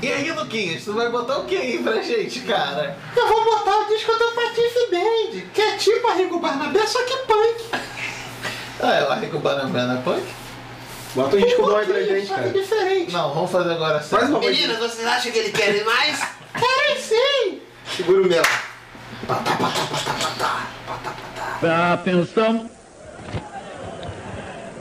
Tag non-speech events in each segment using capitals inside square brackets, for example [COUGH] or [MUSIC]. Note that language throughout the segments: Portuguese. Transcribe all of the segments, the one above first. E aí, Luquinhas, tu vai botar o que aí pra gente, cara? Eu vou botar o disco do Patife Band, que é tipo a Rico Barnabé, só que punk. Ah, é o Arrico Banana Punk? Bota o disco boy pra Pouquinho, gente, só que cara. é diferente. Não, vamos fazer agora assim. sério. Faz uma voz. Meninas, vocês acham que ele quer mais? Cara, sim. Segura o meu. Atenção.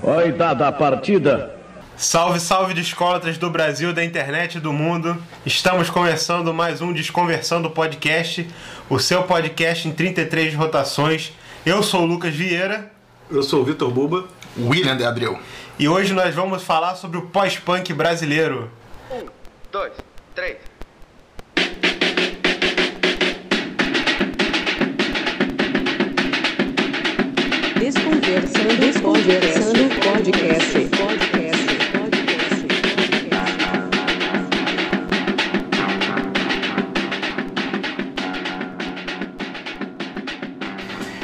Oitava partida. Salve, salve discólatras do Brasil, da internet e do mundo. Estamos começando mais um Desconversando Podcast, o seu podcast em 33 rotações. Eu sou o Lucas Vieira Eu sou o Vitor Buba. William de Abreu. e hoje nós vamos falar sobre o pós-punk brasileiro. dois, três. Desconversando, desconversando, podcast, podcast, podcast.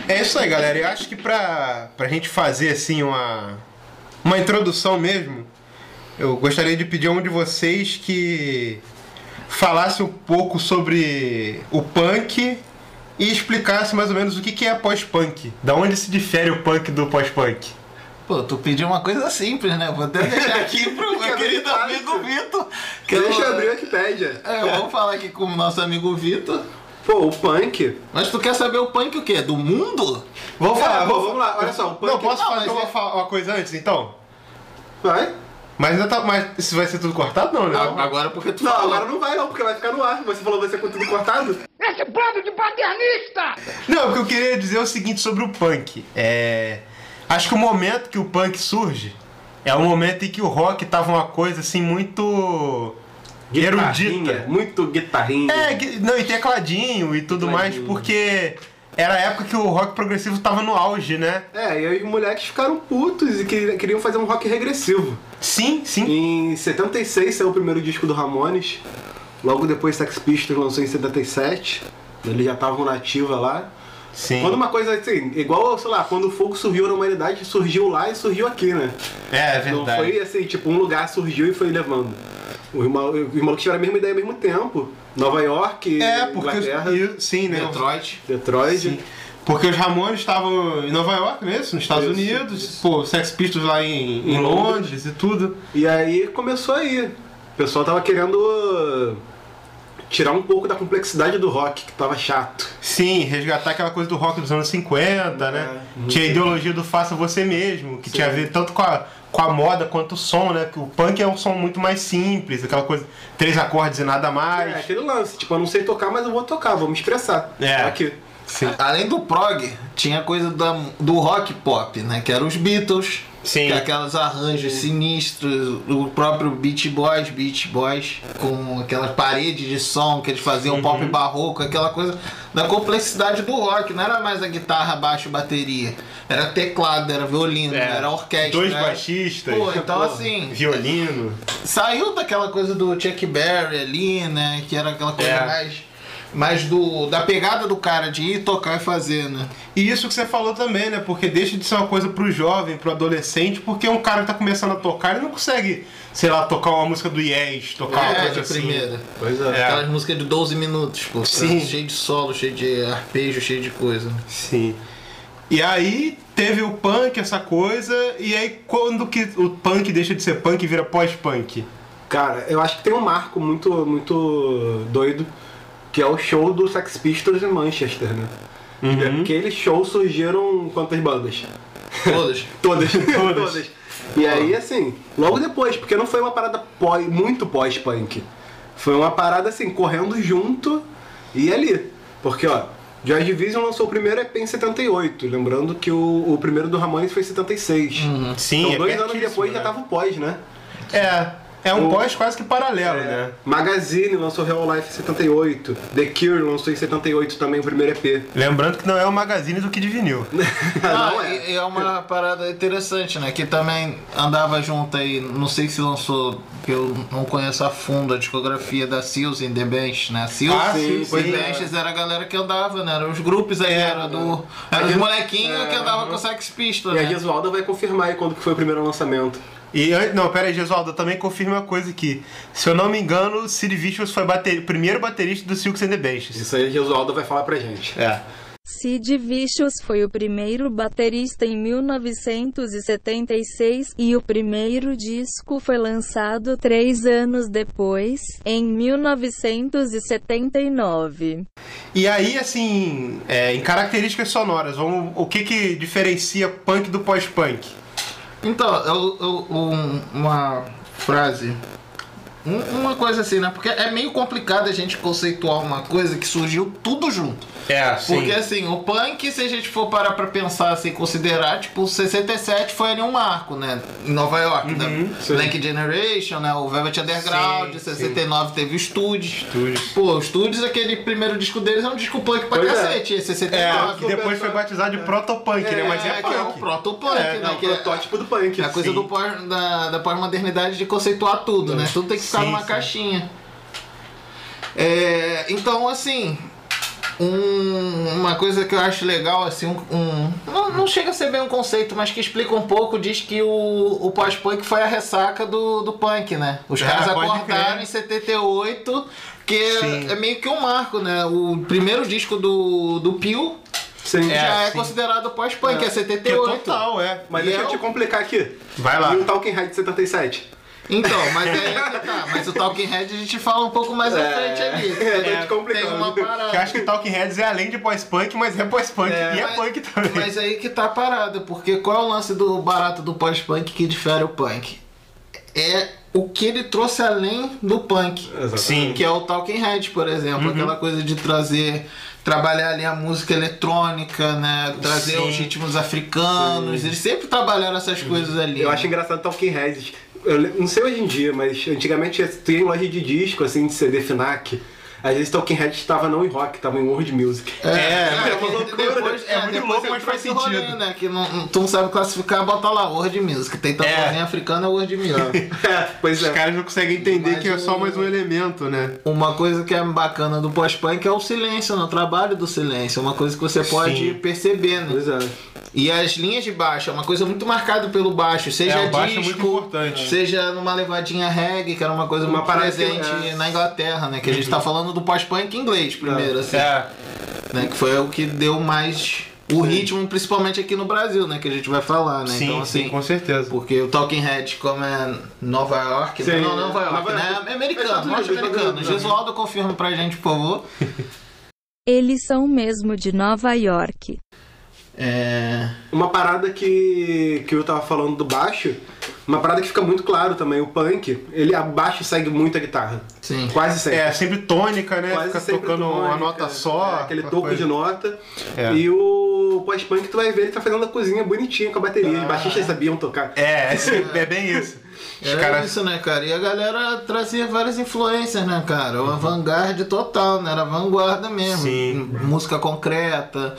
É isso aí, galera. Eu acho que pra, pra gente fazer assim uma, uma introdução mesmo, eu gostaria de pedir a um de vocês que falasse um pouco sobre o punk e explicasse mais ou menos o que que é pós-punk. Da onde se difere o punk do pós-punk? Pô, tu pediu uma coisa simples, né? Vou até [LAUGHS] deixar aqui pro meu querido amigo Vitor. que eu- Deixa eu abrir a Wikipédia. É, vamos falar aqui com o nosso amigo Vitor. Pô, o punk. Mas tu quer saber o punk o quê? Do mundo? Vou Ah, bom, vamos lá, olha só, o punk. Não, posso Não, fazer mas uma, é- fa- uma coisa antes, então? Vai? Mas ainda tá. Mas isso vai ser tudo cortado, não, né? A- Agora porque tu Não, falou. agora não vai não, porque vai ficar no ar. Você falou que vai ser com tudo cortado? Esse bando de paternista! Não, o que eu queria dizer é o seguinte sobre o punk. É. Acho que o momento que o punk surge é o momento em que o rock tava uma coisa assim muito. Guitarrinha, erudita. Muito guitarrinha. É, que- não, e tecladinho e tudo mais, Tecladinho. porque era a época que o rock progressivo tava no auge, né? É, e aí os moleques ficaram putos e que- queriam fazer um rock regressivo. Sim, sim. Em 76 saiu o primeiro disco do Ramones. Logo depois Sex Pistols lançou em 77. Eles já estavam na ativa lá. Sim. Quando uma coisa assim, igual, sei lá, quando o fogo surgiu na humanidade, surgiu lá e surgiu aqui, né? É, é Não verdade. foi assim, tipo, um lugar surgiu e foi levando. Os mal- os malucos tiveram a mesma ideia ao mesmo tempo. Nova York, É, porque. os- Inglaterra, e- sim, né? Detroit. Detroit. Sim. Porque os Ramones estavam em Nova York mesmo, nos Estados Isso, Unidos, pô, Sex Pistols lá em, em Em Londres e tudo. E aí começou aí. O pessoal tava querendo uh, tirar um pouco da complexidade do rock, que tava chato. Sim, resgatar aquela coisa do rock dos anos 50, né? É, Tinha a ideologia do faça você mesmo, que tinha a ver tanto com a, com a moda quanto o som, né? Que o punk é um som muito mais simples, aquela coisa, três acordes e nada É mais. aquele lance, tipo, eu não sei tocar, mas eu vou tocar, vou me expressar. É. Aqui. Sim. Além do prog, tinha a coisa da- do rock pop, né? Que eram os Beatles. Sim. Que aqueles arranjos sinistros, o próprio Beach Boys, Beach Boys, com aquelas paredes de som que eles faziam, Uhum. pop barroco, aquela coisa da complexidade do rock. Não era mais a guitarra, baixo, bateria. Era teclado, era violino, É. era orquestra. Dois era- baixistas. Pô, então assim, Violino. saiu daquela coisa do Chuck Berry ali, né? Que era aquela coisa É. mais. mais do, da pegada do cara de ir tocar e fazer, né? E isso que você falou também, né? Porque deixa de ser uma coisa pro jovem, pro adolescente, porque um cara que tá começando a tocar, ele não consegue, sei lá, tocar uma música do Yes, tocar uma É, coisa de assim. primeira. Pois é. É. Aquelas músicas de 12 minutos, pô. Sim. Cheio de solo, cheio de arpejo, cheio de [LAUGHS] coisa. Sim. E aí teve o punk, essa coisa, e aí quando que o punk deixa de ser punk e vira pós-punk? Cara, eu acho que tem um marco muito, muito doido, que é o show do Sex Pistols em Manchester, né? Uhum. E Aquele show surgiram quantas bandas? Todas. Todas. [LAUGHS] Todas. E aí, assim, logo depois, porque não foi uma parada pós, muito pós-punk. Foi uma parada, assim, correndo junto e ali. Porque, ó, Joy Division lançou o primeiro EP em 78. Lembrando que o, o primeiro do Ramones foi em 76. Sim, Então, é dois anos pertíssimo, depois já né? tava o pós, né? É, é um O- pós quase que paralelo, né? Magazine lançou Real Life em 78. The Cure lançou em 78 também o primeiro EP. Lembrando que não é o magazine do que de vinil. [LAUGHS] Ah, e- e é uma parada interessante, né? Que também andava junto aí, não sei se lançou, que eu não conheço a fundo a discografia da Seals in The Bench, né? Seals, Ah, sim, os sim, Benches era a galera que andava, né? Eram os grupos aí, era do. Era os molequinhos que andavam com o Sex Pistols, E a né? Gesualda vai confirmar aí quando que foi o primeiro lançamento. E an- não, pera aí, Gesualdo, eu também confirmo uma coisa aqui. Se eu não me engano, Sid Vicious foi bate- o primeiro baterista do Silks and the Benches. Isso aí o Gesualdo vai falar pra gente. É. Sid Vicious foi o primeiro baterista em 1976 e o primeiro disco foi lançado três anos depois, em 1979. E aí, assim, é, em características sonoras, vamos, o que que diferencia punk do pós-punk? Então, eu, eu- um- uma frase. um- Uma coisa assim, né? Porque é meio complicado a gente conceituar uma coisa que surgiu tudo junto. É, Porque assim, o punk, se a gente for parar pra pensar, assim, considerar, tipo, 67 foi ali um marco, né? Em Nova York, né? sim. Black Generation, né? O Velvet Underground, Uhum, Sim, 69 teve o Studios. Studios. Pô, o Studios, aquele primeiro disco deles é um disco punk pra Pois é. cacete, é. É, 69. que depois foi batizado de protopunk, né? Mas é, É, que punk. é o proto-punk, É, né? É o que é- protótipo do punk. a coisa sim. do pós- da, da pós-modernidade de conceituar tudo, né? Tudo tem que ficar Sim, numa sim. caixinha. É, então, assim, um- uma coisa que eu acho legal, assim, um, um- não, não chega a ser bem um conceito, mas que explica um pouco, diz que o, o pós-punk foi a ressaca do, do punk, né? Os É, caras pode acordaram crer. em 78, que é, Sim. é meio que um marco, né? O primeiro disco do, do Peel assim. Sim. É, já é sim. considerado pós-punk, é, Que é 78. total, é. Mas E deixa é eu te o- complicar aqui. Vai lá. E o Talking Head de 77. Então, mas é que tá. Mas o Talking Head a gente fala um pouco mais à frente [LAUGHS] ali. É, tô te Tem complicando. uma tá Que eu parada. acho que Talking Heads é além de pós-punk, mas é pós-punk e é mas- punk também. Mas aí que tá a parada, porque qual é o lance do barato do pós-punk que difere o punk? É o que ele trouxe além do punk. Exato. Sim. Que é o Talking Head, por Uhum. exemplo. Aquela coisa de trazer. Trabalhar ali a música eletrônica, né? Trazer Sim. Uhum. os ritmos africanos. Eles sempre trabalharam essas coisas ali. Eu né? acho engraçado Talking Heads. Eu le- não sei hoje em dia, mas antigamente tu ia em loja de disco, assim, de CD Fnac. Às vezes Talking Heads estava não em rock, estava em world music. É, mas é uma loucura. Depois, É muito depois louco, eu mas faz trouxe o rolê, sentido. né, que não, não- tu não sabe classificar, bota lá World Music. Tem também É. africana, World [LAUGHS] Music. É, [LAUGHS] pois Os é. caras não conseguem entender Mas que é só o- mais um elemento, né? Uma coisa que é bacana do pós-punk é o silêncio, né, o trabalho do silêncio. É uma coisa que você pode Sim. perceber, né? Pois é. E as linhas de baixo, é uma coisa muito marcada pelo baixo. Seja É, o baixo é disco, muito importante. seja numa levadinha reggae, que era uma coisa Uma muito parada que- presente é. na Inglaterra, né? Que a gente tá falando do pós-punk inglês primeiro, assim. Uhum. É. né, Que foi o que deu mais o ritmo, principalmente aqui no Brasil, né? Que a gente vai falar, né? Sim, então, assim, sim, com certeza. porque o Talking Head, como é Nova York, Sim, não, não Nova é. York, Nova né? York. É Mas americano, tudo norte-americano. né? bem, tudo bem. Gesualdo confirma pra gente, por favor. Eles são mesmo de Nova York. É... Uma parada que, que eu tava falando do baixo, uma parada que fica muito claro também, o punk, ele abaixo segue muito a guitarra. Sim. Quase sempre. É, sempre tônica, né? Quase Fica sempre tocando uma tônica, nota só. é, aquele uma topo coisa. de nota. É. E o pós-punk, tu vai ver, ele tá fazendo a cozinha bonitinha com a bateria. Os baixistas sabiam tocar. Ah. É, é, sempre- é bem isso. Os Era caras. isso, né, cara? E a galera trazia várias influências, né, cara? O avant-garde total, né? Era vanguarda mesmo. Uhum. Sim. Música concreta,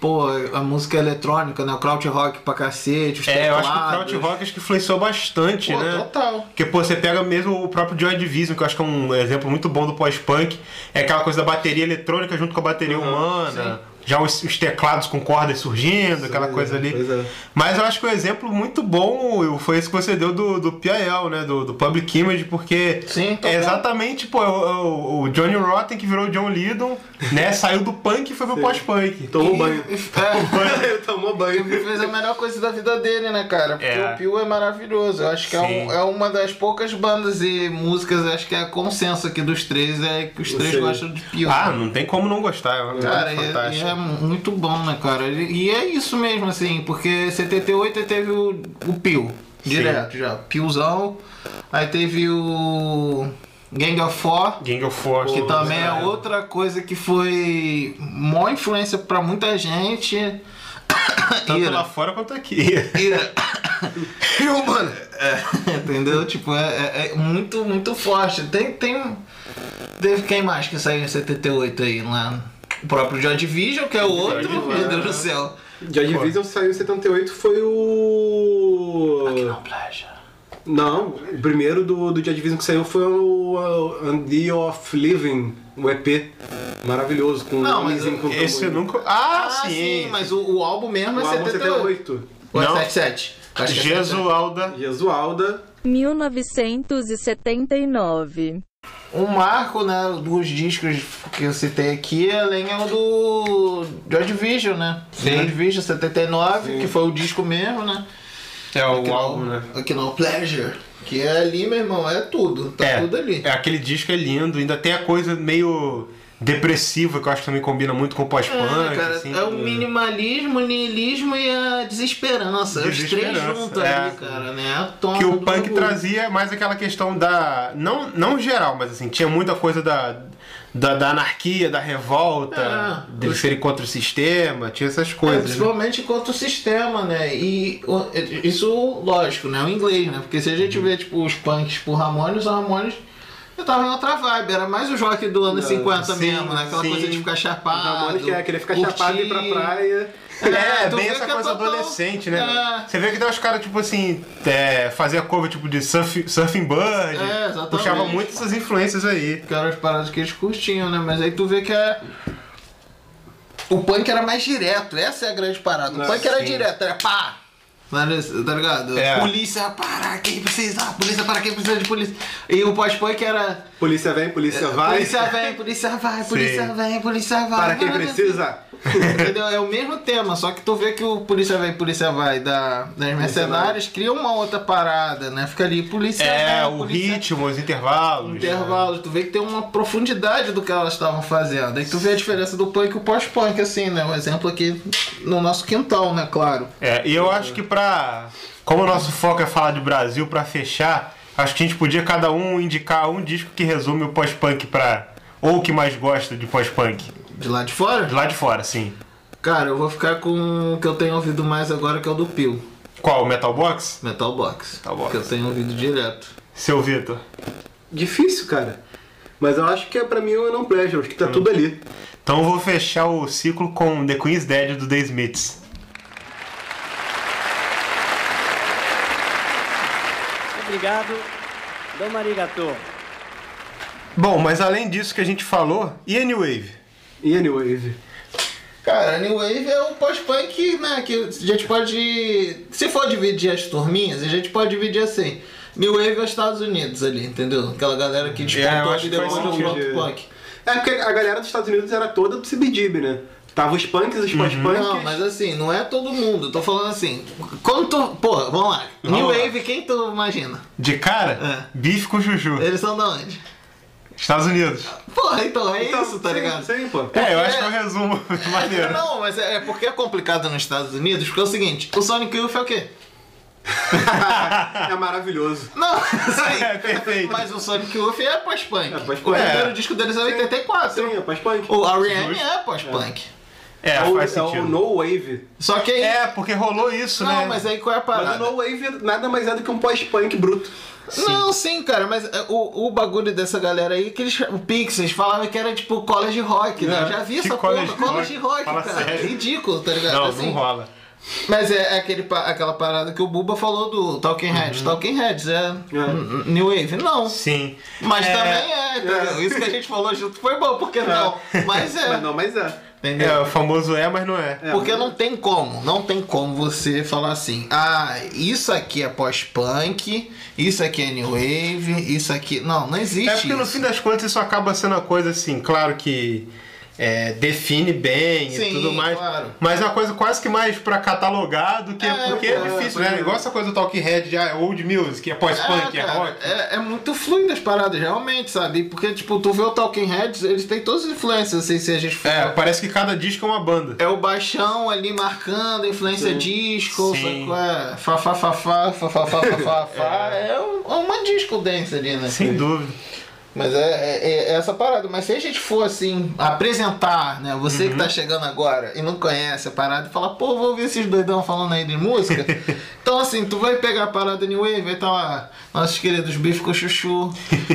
pô, a música eletrônica, né? O krautrock pra cacete, os É, eu acho que o teclados. Kraut Rock acho que influenciou bastante, Pô, né? total. Porque, pô, você pega mesmo o próprio Joy Division, que eu acho que é um exemplo muito bom do pós-punk. É aquela coisa da bateria eletrônica junto com a bateria humana. Já os, os teclados com cordas surgindo, aquela coisa ali. pois é. Mas eu acho que o exemplo muito bom Will, foi esse que você deu do, do PIL, né? Do, do Public Image, porque Sim, total. é exatamente, pô, o, o- o Johnny Rotten que virou o John Lydon, né? Saiu do punk e foi pro pós-punk. Tomou banho. [LAUGHS] É. Ele tomou banho. Ele fez a melhor coisa da vida dele, né, cara? Porque É. o Pio é maravilhoso. Eu acho que é, Sim. um- é uma das poucas bandas e músicas, eu acho que é consenso aqui dos três, é que os três Sim. gostam de Pio. Ah, não tem como não gostar, é uma Cara, cara e- e fantástica. é muito bom, né, cara? E e é isso mesmo, assim, porque 78 teve o, o Pio, direto já. Piozão. Aí teve o Gang of Four. Gang of Four. Que pô, também é cara. outra coisa que foi maior influência pra muita gente. [COUGHS] Tanto Ira. lá fora quanto aqui. [LAUGHS] Ira. [COUGHS] Eu, mano. É, entendeu? Tipo, é, é- é muito, muito forte. Tem, tem. Teve quem mais que saiu em 78 aí lá? O próprio Joy Division, que é o outro, meu Deus do céu. Joy Division saiu em 78, foi o... Não, o primeiro do, do Joy Division que saiu foi o uh, And The Of Living, o EP. Maravilhoso, com Não, um mas homenzinho com Esse eu tambor. nunca. Ah, Ah, sim, sim. mas o, o álbum mesmo O é álbum 78. 78. Ou é Não. 77? Acho que é Jesualda. Jesualda. 1979. Um marco, né, dos discos que eu citei aqui, além é o do George Vision, né? George Vision 79, que foi o disco mesmo, né? É o Aqui álbum, não, né? Aqui não, Pleasure. Que é ali, meu irmão, é tudo. Tá é, tudo ali. é, aquele disco é lindo, ainda tem a coisa meio depressiva, que eu acho que também combina muito com o pós-punk. É, cara, assim. é o minimalismo, o nihilismo e a desesperança. Os três Desesperança, juntos é. ali, cara, né? A tona que o do É, punk bagulho. trazia é mais aquela questão da. Não, não geral, mas assim, tinha muita coisa da. Da, da anarquia, da revolta, É, dele os- serem contra o sistema, tinha essas É, coisas. né? principalmente contra o sistema, né? E o- isso, lógico, né? O inglês, né? Porque se a Uhum. gente vê, tipo, os punks por Ramones, os Ramones eu tava em outra vibe, era mais o rock do ano 50 sim, mesmo, né? Aquela sim. coisa de ficar chapado. Ramones que é, queria ficar curtir. chapado e ir pra praia. É, tu bem vê essa que é coisa total- adolescente, né? É. Você vê que tem uns caras, tipo assim, é, fazia cover tipo de surf, Surfing Bird. É, exatamente. puxava muito essas influências aí. Que eram as paradas que eles curtiam, né? Mas aí tu vê que é. O punk era mais direto, essa é a grande parada. O Ah, punk era sim. direto, era pá! Sabe, Tá ligado? É. Polícia para quem precisa, polícia para quem precisa de polícia. E o pós-punk era. Polícia vem, polícia vai. É, [LAUGHS] Polícia vem, polícia vai, Sim. polícia vem, polícia vai. Para quem Vai, vai, vai. precisa. Entendeu? É o mesmo tema, só que tu vê que o polícia vem, polícia vai da, das mercenárias, cria uma outra parada, né? Fica ali, polícia É, vem, o polícia ritmo, os intervalos. intervalos, tu vê que tem uma profundidade do que elas estavam fazendo. Aí tu vê a diferença do punk e o pós-punk, assim, né? Um exemplo aqui no nosso quintal, né? Claro. É, e eu acho que pra. Como o nosso foco é falar de Brasil, pra fechar, acho que a gente podia cada um indicar um disco que resume o pós-punk pra. Ou o que mais gosta de pós-punk. De lá de fora? De lá de fora, sim. Cara, eu vou ficar com o que eu tenho ouvido mais agora, que é o do Pio, Qual? O Metal Box? Metal Box. Metal Box. Que eu tenho ouvido direto. Seu Vitor. Difícil, cara. Mas eu acho que é pra mim o não pleasure, acho que tá Hum. tudo ali. Então eu vou fechar o ciclo com The Queen's Dead do The Smiths. Obrigado, Dom Marigatô. Bom, mas além disso que a gente falou, e Wave? E Anyways. Cara, New Wave é o pós-punk, né? Que a gente pode. Se for dividir as turminhas, a gente pode dividir assim. New Wave é os Estados Unidos ali, entendeu? Aquela galera que despontou É, acho ali que faz depois do sentido. rock punk. É porque a galera dos Estados Unidos era toda do CBGB, né? Tava os punks, Uhum. os pós-punks. Não, mas assim, não é todo mundo. Tô falando assim, quando tu. Pô, vamos lá. New Vamos lá. Wave, quem tu imagina? De cara, bife com chuchu. Eles são da onde? Estados Unidos. Porra, então é Então, isso, tá sim, ligado? Sim, pô. [LAUGHS] É, eu acho que é um [LAUGHS] resumo maneiro. Não, mas é, é porque é complicado nos Estados Unidos, porque é o seguinte, o Sonic Youth é o quê? É maravilhoso. Não, [LAUGHS] isso aí. É, perfeito. Mas o Sonic Youth é pós-punk. É pós-punk. o É. primeiro disco deles é 84. Sim, é pós-punk. O R.E.M. é pós-punk. [LAUGHS] É, o, faz é o sentido. No Wave. Só que aí... É, porque rolou isso, não, né? mas aí qual é a Mas o parada? No Wave nada mais é do que um pós-punk bruto. Não, sim, cara, mas é, o, o bagulho dessa galera aí, é que eles, o Pixies falava que era tipo college rock, né? É. Eu já vi Que essa porra, college college, rock, rock, fala cara. sério. É ridículo, tá ligado? Não, Assim, não rola. Mas é, é aquele, pa- aquela parada que o Buba falou do Talking Uhum. Heads. Talking Heads é, n- New Wave? Não. Sim. Mas É, também é, entendeu? Isso que a gente falou junto foi bom, porque não? Mas é. Mas não, mas é. Entendeu? É, o famoso é, mas não é. Porque não tem como, não tem como você falar assim, ah, isso aqui é pós-punk, isso aqui é new wave, isso aqui. Não, não existe. É porque no isso. fim das contas isso acaba sendo uma coisa assim, claro que é, define bem e Sim, tudo mais. claro. Mas é uma coisa quase que mais pra catalogar do que. É, porque é, pô, difícil, né? Igual essa coisa do Talking Head, já é old music, é pós-punk, é, cara, rock. é- é muito fluido as paradas, realmente, sabe? Porque, tipo, tu vê o Talking Heads, eles têm todas as influências, assim, se a gente for. É, parece que cada disco é uma banda. É o baixão ali marcando, a influência disco, Sim. sacou? É, Fá, fá, fá, fá, fá, fá, fá, fá, fá, [LAUGHS] fá. É um- é uma disco dance ali, né? Sem dúvida. Mas é, é- é essa parada. Mas se a gente for assim, apresentar, né? Você que Uhum. tá chegando agora e não conhece a parada e fala, pô, vou ouvir esses doidão falando aí de [LAUGHS] música. então, assim, tu vai pegar a parada New Wave, vai estar lá, nossos queridos Bife com [LAUGHS] Chuchu,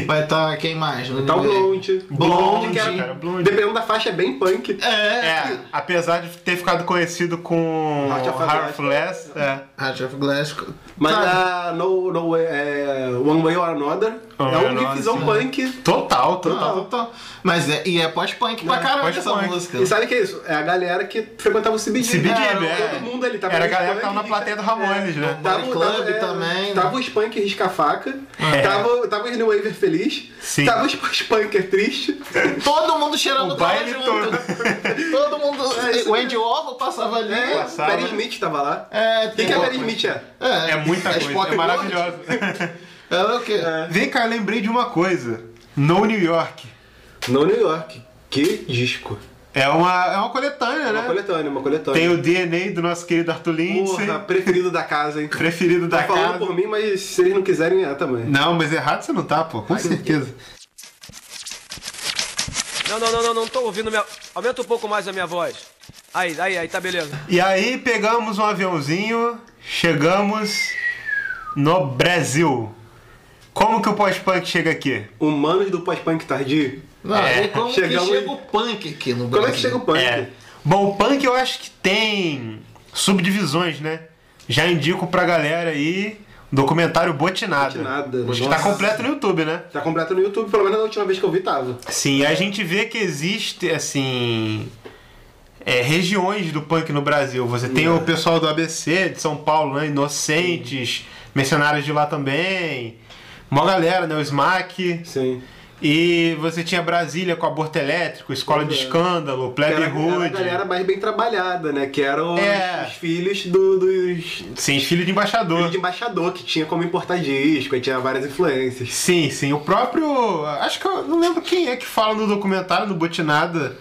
vai estar quem mais? No Tá o New Wave? Blonde. Blonde, que era- cara, Blonde. Dependendo da faixa, é bem punk. É. É, apesar de ter ficado conhecido com Heart of a Hearthless, é. Heart of Glass. tá, Mas sabe? a no, no, é, One Way or Another One é Way or um Another, riffzão sim. punk. Total, total. Não, tô- tá, Mas é, e é pós-punk pra É, caramba essa pós-punk. música. E sabe o que é isso? É a galera que frequentava o CBD. Se Big Era Bang, todo é. né? Todo mundo ali tava Era a os galera que tava na punk é, plateia do Ramones, né? Body Club também, Tava né? os punk risca-faca. É. Tava, tava os New Waver feliz. Sim. Tava os punker triste. Todo mundo cheirando O baile cola todo. Todo mundo. É isso o Andy Warhol passava ali. É, Passava. Perry Smith tava lá. É, O que, que a Perry Smith é? É, É muita as coisa, Spock é maravilhosa. Lord. Ela é o quê? [LAUGHS] Vem cá, lembrei de uma coisa. No New York. No New York. Que disco. É uma, é uma coletânea, Uma né? coletânea, uma coletânea. Tem o DNA do nosso querido Arthur Lindsay, Porra, preferido da casa, hein? preferido da Tá falando casa. por mim, mas se eles não quiserem, é também. Não, mas errado você não tá, pô, com certeza. Não, não, não, não, não tô ouvindo minha. Aumenta um pouco mais a minha voz. Aí, aí, aí, tá beleza. E aí pegamos um aviãozinho, chegamos no Brasil. Como que o pós-punk chega aqui? Humanos do pós-punk tardio. Não, É. e como Chegamos- que chega o punk aqui no Brasil? Como é que [LAUGHS] chega o punk? É. Bom, o punk eu acho que tem subdivisões, né? Já indico pra galera aí o documentário Botinada. Botinada, Acho que tá nossa. completo no YouTube, né? Tá completo no YouTube, pelo menos na última vez que eu vi tava. Sim, a gente vê que existe, assim. é, regiões do punk no Brasil. Você É. tem o pessoal do ABC, de São Paulo, né? Inocentes, mercenários de lá também. Mó galera, né? O Smack. Sim. E você tinha Brasília com aborto elétrico, escola de escândalo, Uhum. Era, plebe era a galera rude. mais bem trabalhada, né? Que eram os- É. os, filhos do, dos Sim, filho de filhos embaixador. de embaixador, que tinha como importar disco, aí tinha várias influências. Sim, sim. O próprio. Acho que eu não lembro quem é que fala no documentário, no Botinada.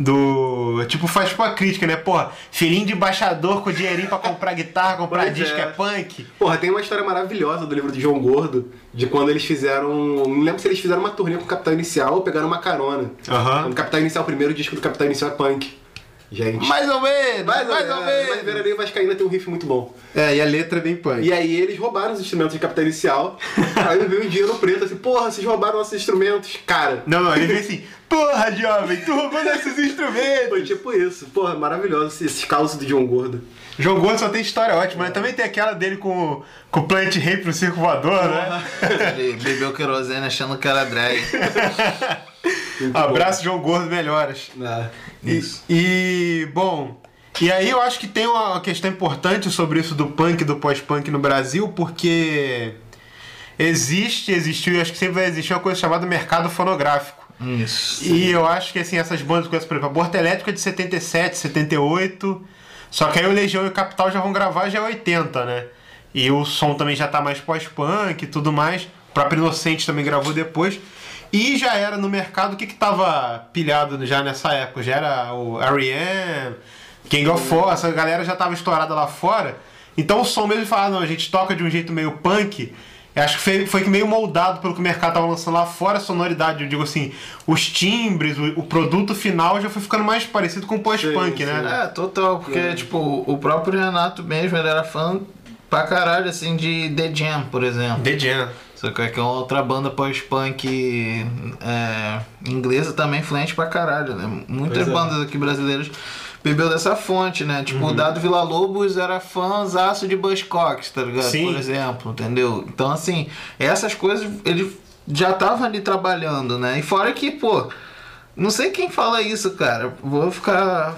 Do. Tipo, faz tipo uma crítica, né? Porra, filhinho de embaixador com dinheirinho pra comprar guitarra, comprar Pois disco é. é punk. Porra, tem uma história maravilhosa do livro do João Gordo, de quando eles fizeram. Não lembro se eles fizeram uma turnê com o Capitão Inicial ou pegaram uma carona. Aham. Então, o Capitão Inicial, o primeiro disco do Capitão Inicial é punk. Gente. Mais ou menos, mais, ou Mas menos. Veraneio Vascaína tem um riff muito bom. É, e a letra é bem punk. E aí eles roubaram os instrumentos de Capitão [LAUGHS] Inicial. aí eu vi um dinheiro preto assim, porra, vocês roubaram nossos instrumentos, cara. Não, não, ele vem assim, porra, jovem, tu roubou nossos Foi instrumentos. tipo isso, porra, maravilhoso esse- esses calços do John Gordo. João Gordo só tem história ótima, mas também tem aquela dele com, com o Plant Ramp no circo voador, né? Ele bebeu querosene achando que era drag. Abraço, João Gordo, melhoras. Ah, E, e, bom, e aí eu acho que tem uma questão importante sobre isso do punk e do pós-punk no Brasil, porque existe, existiu e acho que sempre vai existir uma coisa chamada mercado fonográfico. Isso. E eu acho que assim, essas bandas com essa, por exemplo, Aborto Elétrico é de 77, 78. Só que aí o Legião e o Capital já vão gravar já é 80, né? E o som também já tá mais pós-punk e tudo mais. O próprio Inocente também gravou depois. E já era no mercado o que, que tava pilhado já nessa época? Já era o R.E.M., King of Four, essa galera já tava estourada lá fora. Então o som mesmo de falar, não, a gente toca de um jeito meio punk. Eu acho que foi, foi meio moldado pelo que o mercado tava lançando lá fora a sonoridade. Eu digo assim, os timbres, o, o produto final já foi ficando mais parecido com o pós-punk, Sim, né? É, total, porque, tipo, o próprio Renato mesmo, ele era fã pra caralho, assim, de The Jam, por exemplo. The Jam. Só que é que é uma outra banda pós-punk é, inglesa também influente pra caralho, né? Muitas Pois é. bandas aqui brasileiras bebeu dessa fonte, né? Tipo, Uhum. o Dado Vila Lobos era fãzaço de Buzzcocks, tá ligado? Sim. Por exemplo, entendeu? Então, assim, essas coisas ele já tava ali trabalhando, né? E fora que, pô, não sei quem fala isso, cara. Vou ficar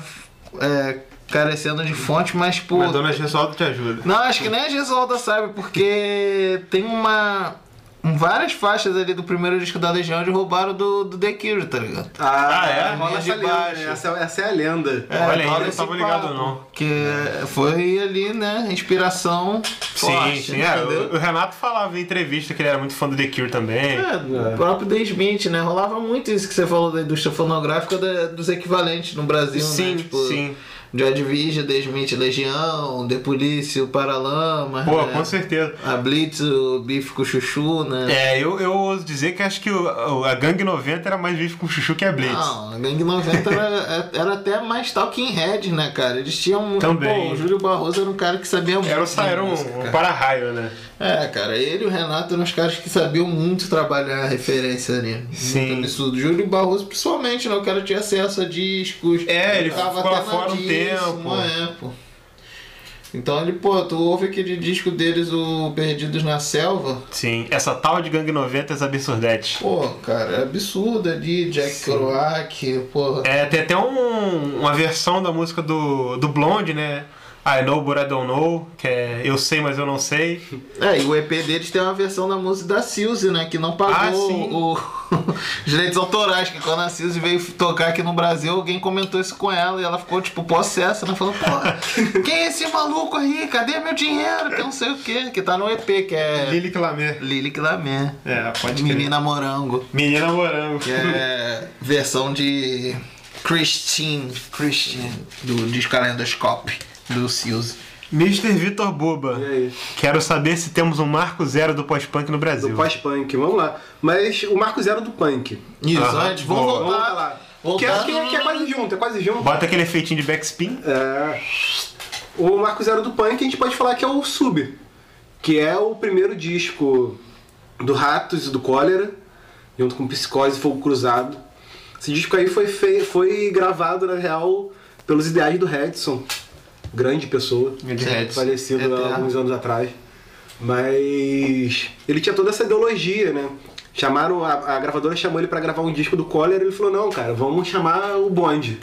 é, carecendo de fonte, mas, pô, Mas Dona Gesoldo te ajuda. não, acho que nem a Gisolda sabe, porque tem uma. um, Várias faixas ali do primeiro disco da Legião de roubaram do, do The Cure, tá ligado? ah, é? Rola Linha de essa, lenda, baixo. né? essa, essa é a lenda. Olha aí, rola eu não esse tava ligado, não. Que foi ali, né? Inspiração. forte, Sim, sim. é, entendeu? o, o Renato falava em entrevista que ele era muito fã do The Cure também. É, o próprio The Smith, né? Rolava muito isso que você falou da indústria fonográfica da- dos equivalentes no Brasil, Sim, né? Tipo, sim. Joy Division, The Smith, Legião, The Police, o Paralamas, Pô, né? com certeza. A Blitz, o Bife com Chuchu, né? É, eu, eu ouso dizer que acho que o- o- a Gangue 90 era mais vivo com o Chuchu que a Blitz. Não, a Gangue 90 era, é, era até mais Talking Head, né, cara? Eles tinham muito. Também. Pô, o Júlio Barroso era um cara que sabia muito. Era o de era um, música, um cara. para-raio, né? É, cara, ele e o Renato eram os caras que sabiam muito trabalhar a referência ali. Sim. Muito absurdo. Júlio Barroso, principalmente, né? O cara tinha acesso a discos. É, ele ficou até lá fora um na Disney, tempo. Uma época. Então ele, pô, tu ouve aquele disco deles, o Perdidos na Selva. Sim, essa tal de Gangue 90 é absurdete. Pô, cara, é absurdo ali, Jack Kerouac, pô. É, tem até um- uma versão da música do, do Blonde, né? I know but I don't know, que é Eu sei, mas eu não sei. É, e o EP deles tem uma versão da música da Silze, né? Que Ah, não pagou o- [LAUGHS] os direitos autorais. Que quando a Silze veio tocar aqui no Brasil, alguém comentou isso com ela e ela ficou, tipo, possessa, né? Falou, pô, quem é esse maluco aí? Cadê meu dinheiro? Que eu não sei o quê. Que tá no EP, que é. Lili Clamé. Lili Clamé. É, pode crer. Menina Morango. Menina Morango. Que é versão de Christine, Christine, do disco Calendoscope, do Silze. Mr. Vitor Buba. Quero saber se temos um marco zero do pós-punk no Brasil. Do pós-punk, vamos lá. Mas o marco zero do punk. Isso, Aham, antes, vamos boa. voltar. lá. Que é, Voltar. que, é, que é quase junto, é quase junto. Bota aquele efeitinho de backspin. É. O Marco Zero do Punk a gente pode falar que é o Sub, que é o primeiro disco do Ratos e do Cólera, junto com Psicose e Fogo Cruzado. Esse disco aí foi, fe- foi gravado, na real, pelos ideais do Redson, grande pessoa, Redson, falecido há eterno. alguns anos atrás. Mas ele tinha toda essa ideologia, né? Chamaram, a, a gravadora chamou ele pra gravar um disco do Collor e ele falou, não, cara, vamos chamar o Bond.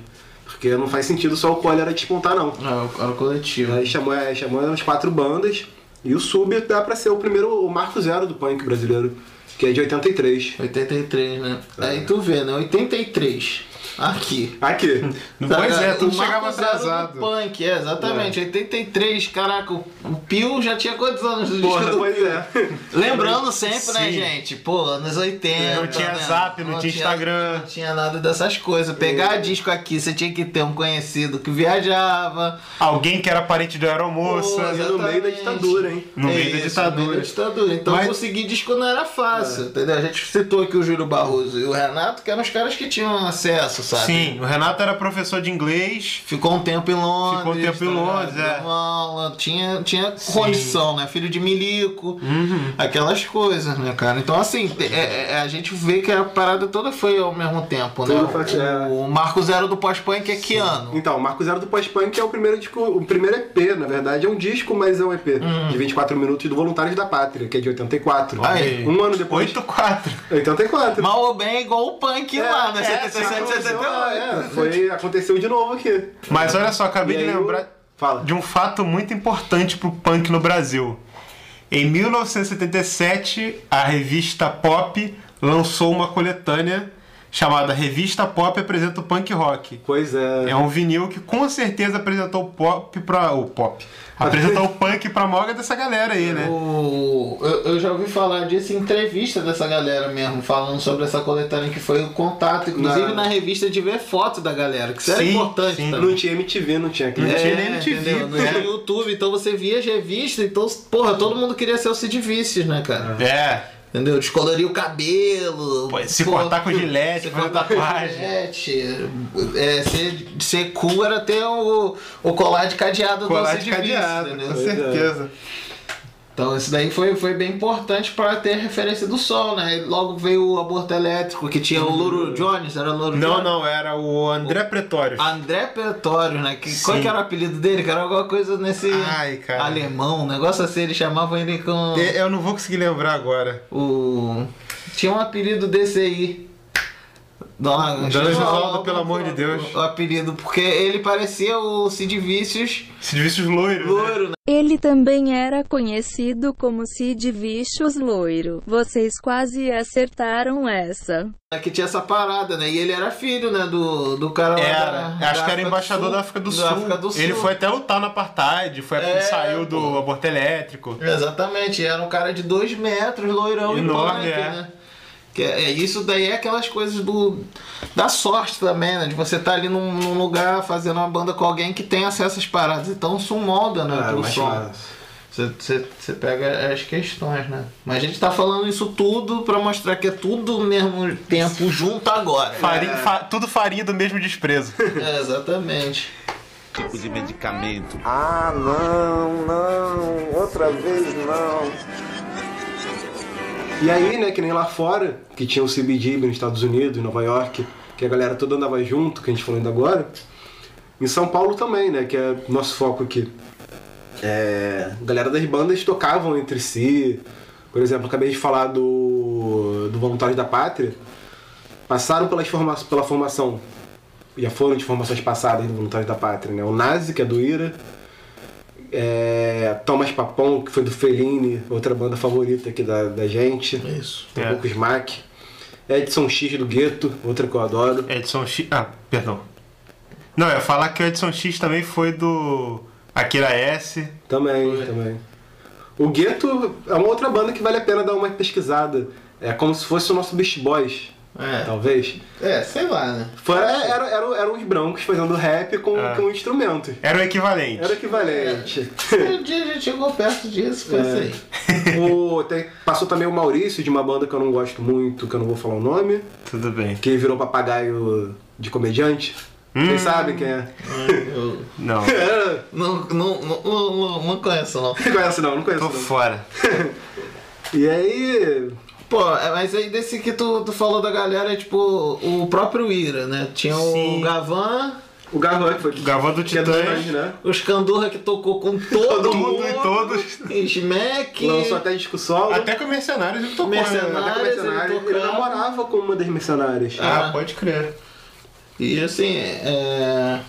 Porque não faz sentido só o Collor despontar, não. Não, era Ah, o coletivo. Aí chamou, é, chamou as quatro bandas e o Sub dá pra ser o primeiro, o marco zero do punk brasileiro, que é de 83. 83, né? Aí tu vê, né? 83. Aqui. Aqui. Pois é, tudo O Marco chegava Zero atrasado. do Punk, é, exatamente. 83, caraca, o o Pio já tinha quantos anos do disco Porra, do pois Pio? é. Lembrando sempre, né, Sim. gente? Pô, anos 80. Não tinha né? zap, É, tá não tinha Instagram. Não tinha nada dessas coisas. Pegar disco aqui, você tinha que ter um conhecido que viajava. Alguém que era parente do Aeromoça. Pô, no meio da ditadura, hein? No meio da Isso, ditadura. No meio da ditadura. Então Mas- conseguir disco não era fácil, entendeu? A gente citou aqui o Júlio Barroso e o Renato, que eram os caras que tinham acesso, sabe? Sim, o Renato era professor de inglês. Ficou um tempo em Londres. Ficou um tempo em tá Londres, ligado? é. Deu aula, tinha, tinha condição, né? Filho de milico, Uhum. aquelas coisas, né, cara? Então, assim, te- é- é- a gente vê que a parada toda foi ao mesmo tempo, né? Tudo foi- é. O, o Marco Zero do pós-punk é que ano? Então, o Marco Zero do Pós-Punk é o primeiro disco, o primeiro EP, na verdade, é um disco, mas é um EP, de 24 minutos do Voluntários da Pátria, que é de 84. Aí. Um ano depois. 8-4. 84. Mal ou bem é igual o punk lá, né? 77, 78. É, foi, aconteceu de novo aqui. Mas olha só, acabei E de aí o- lembrar Fala. de um fato muito importante pro punk no Brasil. Em 1977, a revista Pop lançou uma coletânea chamada Revista Pop apresenta o punk rock. Pois é. É um vinil que com certeza apresentou o pop pra. o pop. Apresentou o punk pra moga dessa galera aí, né? O- eu, eu já ouvi falar disso em entrevista dessa galera mesmo, falando sobre essa coletânea que foi o contato, inclusive Na- na revista de ver foto da galera, que isso era Sim, importante sim. também. Não tinha MTV, não tinha clipe. Não tinha É, nem MTV, entendeu? Não né? tinha YouTube, então você via as revistas, então, porra, todo mundo queria ser o Cid Vícios, né, cara? É. Entendeu? Descolorir o cabelo. Pô, se cortar com gilete, se fazer cortar com tatuagem. gilete. É, ser, ser cool era ter o, o colar de cadeado Colar do de Cid Vícios, cadeado, né? entendeu? com certeza. Então isso daí foi, foi bem importante para ter referência do sol, né? E Logo veio o aborto elétrico, que tinha o Louro Jones, era o Louro Uhum. é. Não, Jones. não, era o André Pretório. Ah, André Pretório, né? Que, qual Sim. que era o apelido dele? Que era alguma coisa nesse Ai, cara. É, alemão, um negócio assim, eles chamavam ele com Eu eu não vou conseguir lembrar agora. o. Tinha um apelido desse aí. Dona, Dona Tinha Josalda, um- pelo amor de Deus. O apelido, porque ele parecia o Cid Vícios Serviços loiros. né? loiro, né? Ele também era conhecido como Sid Vicious Loiro. Vocês quase acertaram essa. né, Que tinha essa parada, né? E ele era filho, né? Do, do cara lá. Era, da- acho da que era África do embaixador Sul. da África do Sul. África do Ele Sul. foi até lutar na apartheid, foi É, saiu do pô. aborto elétrico. Exatamente, era um cara de dois metros, loirão Enorme, e punk, é. né? Que é, é, isso daí é aquelas coisas do da sorte também, né? De você estar ali num, num lugar fazendo uma banda com alguém que tem acesso às paradas. Então isso molda, né? Ah, pro mas- som. Você- Você você pega as questões, né? Mas a gente tá falando isso tudo pra mostrar que é tudo ao mesmo tempo junto agora. né? Farinha, fa- tudo farinha do mesmo desprezo. É, exatamente. Tipo de medicamento. Ah, não, não, outra vez não. E aí, né, que nem lá fora, que tinha o CBGB nos Estados Unidos, em Nova York, que a galera toda andava junto, que a gente falou ainda agora. Em São Paulo também, né, que é nosso foco aqui. é, a galera das bandas tocavam entre si. Por exemplo, acabei de falar do, do Voluntários da Pátria. Passaram pelas forma, pela formação, já foram de formações passadas do Voluntários da Pátria, né? O Nazi, que é do Ira. É, Thomas Papon, que foi do Fellini, outra banda favorita aqui da, da gente. Isso. Tem É. um pouco Smack. Edson X do Gueto, outra que eu adoro. Edson X. Ah, perdão. Não, eu ia falar que o Edson X também foi do Akira S. Também, também. O Gueto é uma outra banda que vale a pena dar uma pesquisada. É como se fosse o nosso Beast Boys, É. Então- talvez. É, sei lá, né? Foi, era, era, eram- eram os brancos fazendo rap com, Ah. com instrumentos. Era o equivalente. Era o equivalente. Um dia a gente chegou perto disso, foi assim. isso aí. É. [LAUGHS] O- tem- passou também o Maurício de uma banda que eu não gosto muito, que eu não vou falar o nome, Tudo bem. que virou papagaio de comediante. Hum. Vocês sabem quem é? Eu Não. não, não, não, não, não conheço, não. [LAUGHS] Não conhece não, não conheço Tô não. fora. E aí. Pô, é, mas aí desse que tu, tu falou da galera, é tipo, o próprio Ira, né? Tinha Sim. o Gavan, O Garvan, que foi. O Gavan do que é do Titãs. Titãs, né? os Candurra que tocou [LAUGHS] com todo, Todo mundo e todos. Smack, Lançou até disco solo. Até com mercenários ele tocou. né? Mercenários. é. Até com mercenário. ele Ele tocava. namorava com uma das mercenárias. Ah, pode crer. E assim, é.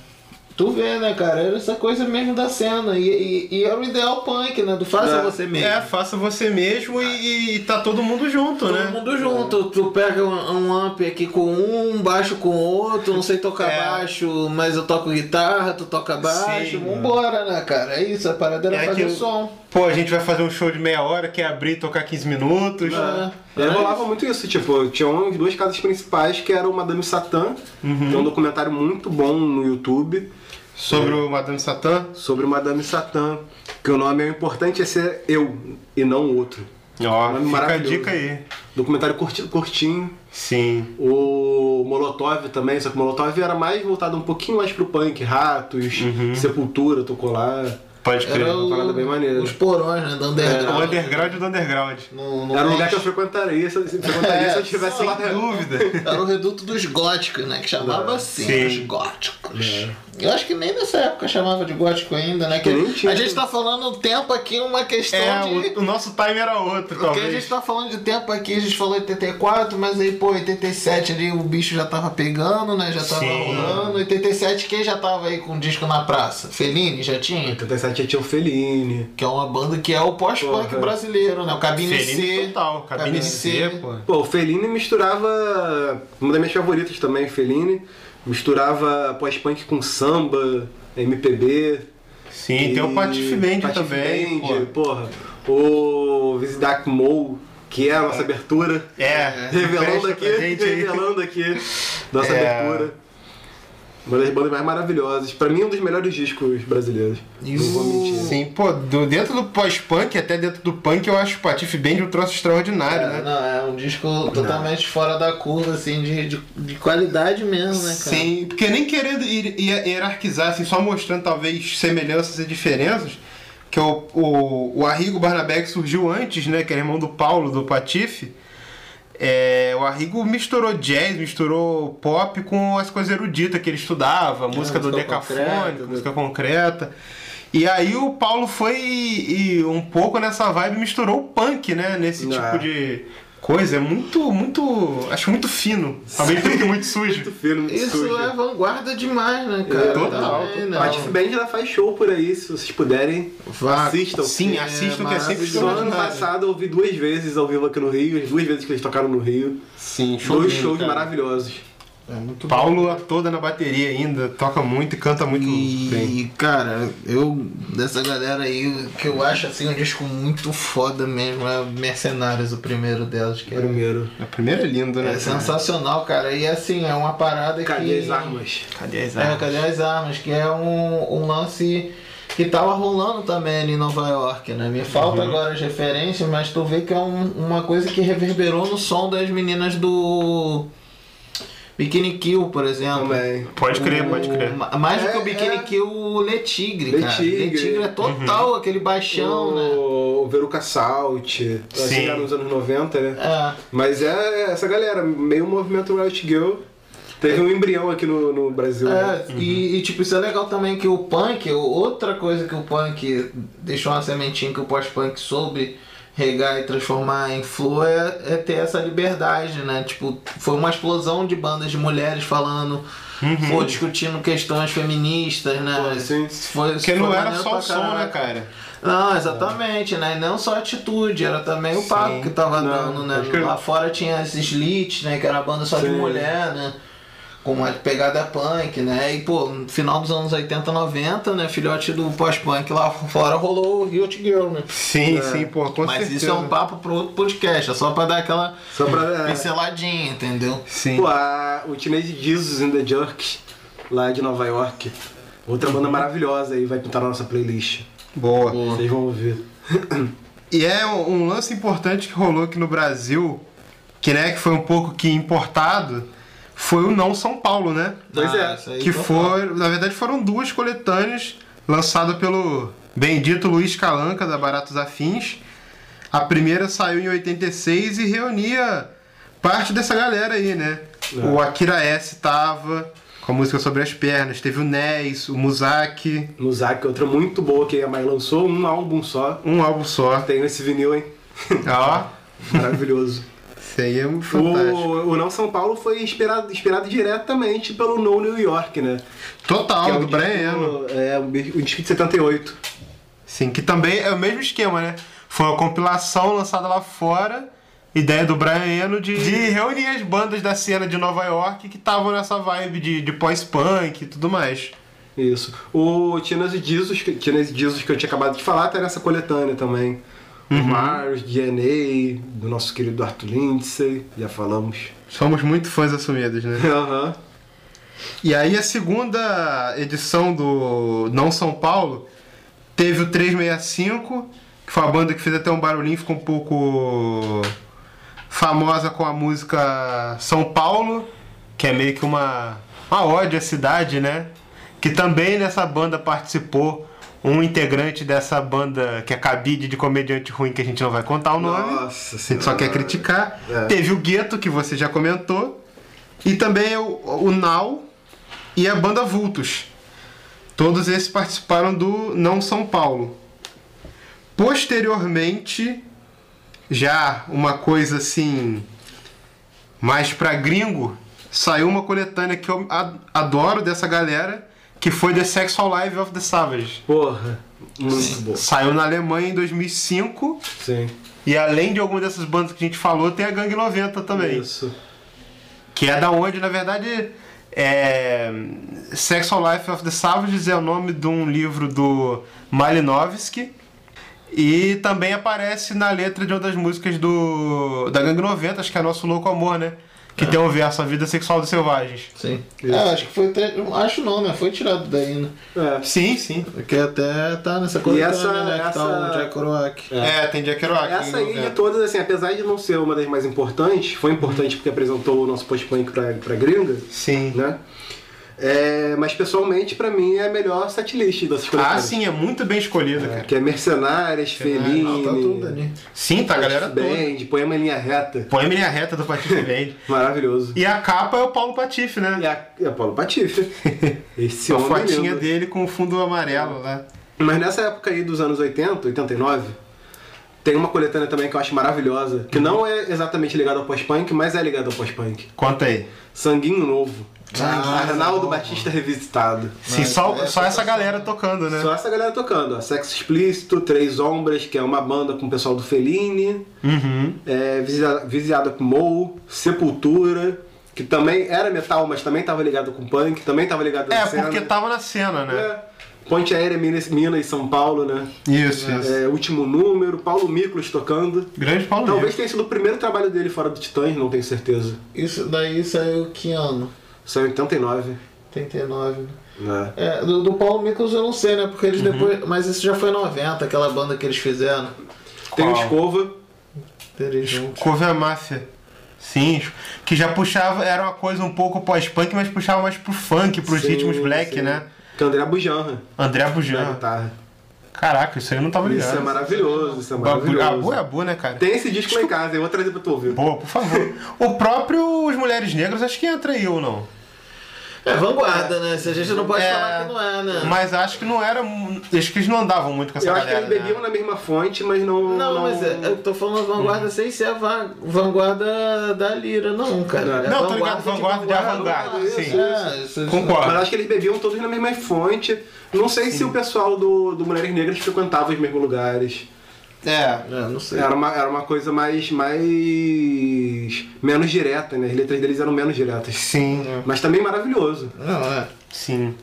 Tu vê, né, cara? Era essa coisa mesmo da cena. E, e, e era o ideal punk, né? Do faça É. você mesmo. É, faça você mesmo e, e tá todo mundo junto, Todo né? mundo junto, tu pega um, um amp aqui com um, baixo com outro, não sei tocar É. baixo, mas eu toco guitarra, tu toca baixo, Sim. vambora, né, cara? É isso, a parada era É fazer aquilo. som. Pô, a gente vai fazer um show de meia hora, quer abrir e tocar 15 minutos. Ah. E aí rolava muito isso, tipo, tinha umas duas casas principais que era o Madame Satã, Uhum. que é um documentário muito bom no YouTube Sobre o Madame Satã. sobre Madame Satã, que o nome é o importante é ser eu e não o outro. Ó, Nome fica a maravilhoso. dica aí. Documentário curti- curtinho, Sim. o Molotov também, só que o Molotov era mais voltado um pouquinho mais pro punk, Ratos, Uhum. Sepultura, tocou lá, Pode crer. Era uma parada bem maneira. É, o, os porões, né, do O underground. underground do underground. No, no Era um lugar norte. que eu frequentaria se, se- frequentaria se eu estivesse lá. É, Sem [LAUGHS] dúvida. Era o reduto dos góticos, né? Que É. chamava assim, Sim. os góticos. Eu acho que nem nessa época chamava de gótico ainda, né? Que É. Nem tinha. a gente tá falando um tempo aqui, uma questão É, de... o, o nosso time era outro, Porque a gente talvez. tá falando de tempo aqui, a gente falou 84, mas aí, pô, 87 ali o bicho já tava pegando, né? Já tava Sim. rolando. 87, quem já tava aí com disco na praça? Fellini já tinha? 87 tinha o Fellini. Que é uma banda que é o pós-punk Porra. brasileiro, né? O Cabine Feliz C. total. Cabine C, pô. Pô, o Fellini misturava. Uma das minhas favoritas também, o Fellini. Misturava pós-punk com samba, MPB. Sim, tem o Patife Band também, Band, pô. porra. O Visidak Mou, que é a nossa abertura. É, Revelando presta aqui, pra gente aí. [LAUGHS] revelando aqui. Nossa É. abertura. Uma das bandas mais maravilhosas. Pra mim, um dos melhores discos brasileiros. Não vou mentir. Sim, pô, do- dentro do pós-punk, até dentro do punk, eu acho o Patife Band um troço extraordinário, É, né? não, é um disco totalmente fora da curva, assim, de, de, de qualidade mesmo, né, cara? Sim, porque nem querendo hier- hier- hierarquizar, assim, só mostrando talvez semelhanças e diferenças, que é o, o, o Arrigo Barnabé que surgiu antes, né, que era irmão do Paulo, do Patife, é, o Arrigo misturou jazz, misturou pop com as coisas eruditas que ele estudava, música do Ah, música concreta, né? decafônico, do- música concreta. E aí o Paulo foi e- e um pouco nessa vibe misturou o punk, né, nesse É. Ah. tipo de coisa. É muito, muito, acho muito fino, ao mesmo tempo que muito sujo. Muito fino, muito Isso sujo. é vanguarda demais, né, cara? Total, Também, A né? Latif Band ainda faz show por aí, se vocês puderem. Vá. Assistam. Sim, assistam que é sempre No ano extraordinário. passado eu ouvi duas vezes ao vivo aqui no Rio, as duas vezes que eles tocaram no Rio. Sim, dois lindo, shows cara. maravilhosos. É muito Paulo a toda na bateria ainda, toca muito e canta muito bem. E, cara, eu, dessa galera aí, o que eu acho assim um disco muito foda mesmo é Mercenários, o primeiro delas, que é, Primeiro. A primeira é linda, né? é sensacional, cara. E assim, é uma parada que. Cadê as armas? Cadê as É, armas? cadê as armas? Que é um, um lance que tava rolando também ali em Nova York, né? Me falta Uhum. agora as referências, mas tu vê que é um- uma coisa que reverberou no som das meninas do. Bikini Kill, por exemplo. Também. Pode crer, O- pode crer. ma- Mais do que É, o Bikini é. Kill, o Le Tigre, Le cara. Tigre. Le Tigre é Uhum. total, aquele baixão, né? o, o Veruca Salt. Eu acho Sim. que era nos anos 90, né? É. Mas é essa galera, meio movimento Riot Girl. Teve um embrião aqui no, no Brasil. né? Uhum. É, e, e, tipo, isso é legal também que o punk, outra coisa que o punk deixou uma sementinha que o pós-punk soube regar e transformar em flow é, é ter essa liberdade, né? Tipo, foi uma explosão de bandas de mulheres falando, Uhum. ou discutindo questões feministas, né? Foi, Porque foi não era maneiro só pra o som, né, caralho. cara? Não, exatamente, né? E não só a atitude, era também o papo que tava dando, né? Lá fora tinha esses Slits, né? Que era a banda só de Sim. mulher, né? Com uma pegada punk, né? E, pô, no final dos anos 80, 90, né? Filhote do pós-punk lá fora rolou o Riot Girl, né? Sim, É. sim, pô, com Mas certeza. isso é um papo pro outro podcast, é só pra dar aquela Só É. pra- é, pinceladinha, entendeu? Sim. Pô, a- o Teenage Jesus in the Jerk, lá de Nova York. Outra banda maravilhosa aí, vai pintar na nossa playlist. Boa. Vocês vão ouvir. E é um um lance importante que rolou aqui no Brasil, que né, que foi um pouco que importado, foi o Não São Paulo, né? Pois Ah, é. isso aí que total. foram, na verdade foram duas coletâneas lançadas pelo bendito Luiz Calanca da Baratos Afins. A primeira saiu em 86 e reunia parte dessa galera aí, né? O Akira S tava com a música sobre as pernas, teve o Nés, o Muzaki, Muzak, é outra muito boa que a Mai lançou, um álbum só. um álbum só. [LAUGHS] Tem esse vinil, hein? Ó, Maravilhoso. isso aí é um o, [LAUGHS] fantástico. o Não São Paulo foi inspirado, inspirado diretamente pelo No New York, né? Total, o é do Brian Eno. disco- É, o bi- o disco de 78. Sim, que também é o mesmo esquema, né? Foi uma compilação lançada lá fora, ideia do Brian Eno de, de reunir as bandas da cena de Nova York que estavam nessa vibe de, de pós-punk e tudo mais. Isso. O Tinas e Jesus, que- Tinas e Jesus que eu tinha acabado de falar, tá nessa coletânea também. Uhum. O Mars, DNA, do nosso querido Arthur Lindsay, já falamos. Somos muito fãs assumidos, né? Aham. E aí a segunda edição do Não São Paulo teve o 365, que foi a banda que fez até um barulhinho, ficou um pouco famosa com a música São Paulo, que é meio que uma, uma ode à cidade, né? Que também nessa banda participou um integrante dessa banda que é cabide de comediante ruim que a gente não vai contar o nome. Nossa A gente só quer Senhora. criticar. É. Teve o Gueto, que você já comentou. E também o, o Nau e a banda Vultos. Todos esses participaram do Não São Paulo. Posteriormente, já uma coisa assim, mais pra gringo, saiu uma coletânea que eu a- adoro dessa galera, que foi The Sexual Live of the Savage. Porra, muito bom. Saiu na Alemanha em 2005. Sim. E além de alguma dessas bandas que a gente falou, tem a Gangue 90 também. Isso. Que é da onde, na verdade, é... Sexual Life of the Savages é o nome de um livro do Malinowski. E também aparece na letra de uma das músicas do da Gangue 90, acho que é Nosso Louco Amor, né? Que tem um verso, A Vida Sexual dos Selvagens. Sim. Isso. É, acho que foi até. Acho não, né? Foi tirado daí, né? É. Sim, sim. Porque até tá nessa E coletânea, essa- né? Que tá essa- o Jack Kerouac. É, tem Jack Kerouac. Essa em aí de 90. todas, assim, apesar de não ser uma das mais importantes, foi importante porque apresentou o nosso post-punk pra, pra gringa, Sim. né? É, mas pessoalmente, pra mim, é a melhor setlist dessas coletâneas. Ah, sim, é muito bem escolhido, cara. Que é Mercenárias, Feliz. Não, tá tudo ali. Sim, tá a galera toda. Band, Poema em Linha Reta. Põe a minha reta do Patife Band. Maravilhoso. E a capa é o Paulo Patife, né? E a, e a Paulo [LAUGHS] Patife. Esse a homem é fotinha lindo. dele com o fundo amarelo lá. Mas nessa época aí dos anos 80, 89, tem uma coletânea também que eu acho maravilhosa, que não é exatamente ligada ao pós-punk, mas é ligada ao pós-punk. Conta aí. Sanguinho Novo. Ah, Arnaldo bom. Batista Revisitado. Sim, só, só essa galera tocando, né? é Só essa galera tocando, ó. Sexo Explícito, Três Ombras, que é uma banda com o pessoal do Fellini, Uhum. é, Visi- Visiada com Mou, Sepultura, que também era metal, mas também tava ligado com punk, também tava ligado É, na cena. porque tava na cena, né? É. Ponte Aérea Minas, Minas e São Paulo, né? Isso, isso. É, último número, Paulo Miklos tocando. Grande Paulo Talvez Neves. tenha sido o primeiro trabalho dele fora do Titãs, não tenho certeza. Isso daí saiu que ano? Saiu em 89. 89, né? Né? É, do, do Paulo Miklos eu não sei, né? Porque eles depois. Mas isso já foi 90, aquela banda que eles fizeram. Tem o Qual? Escova, Eles juntos. Couve a máfia. Sim, que já puxava, era uma coisa um pouco pós-punk, mas puxava mais pro funk, pros Sim, ritmos black, sim. né? que é André Bujanra André na Bujan. guitarra. Caraca, isso aí eu não tava ligado. Isso é maravilhoso, isso é Babu- maravilhoso. Ah, boa é boa, né, cara? Tem esse disco lá em casa, eu vou trazer pra tu ouvir. Boa, por favor. o próprio Os Mulheres Negras, acho que entra aí ou não. É vanguarda, né? Se a gente não pode É. falar que não é, né? Mas acho que não era. mu- Acho que eles não andavam muito com essa Eu acho que galera. né? eles bebiam na mesma fonte, mas não. Não, mas é, eu tô falando vanguarda sem ser a va- vanguarda da lira, não, cara. É Não, tô vanguarda ligado, vanguarda de avant-garde, isso, sim. é, isso, isso. né? Concordo. Mas acho que eles bebiam todos na mesma fonte. Não sei se o pessoal do, do Mulheres Negras frequentava os mesmos lugares. É. É, não sei. Era uma, era uma coisa mais, mais. menos direta, né? As letras deles eram menos diretas. Sim, Mas é. também maravilhoso. Não, é. sim.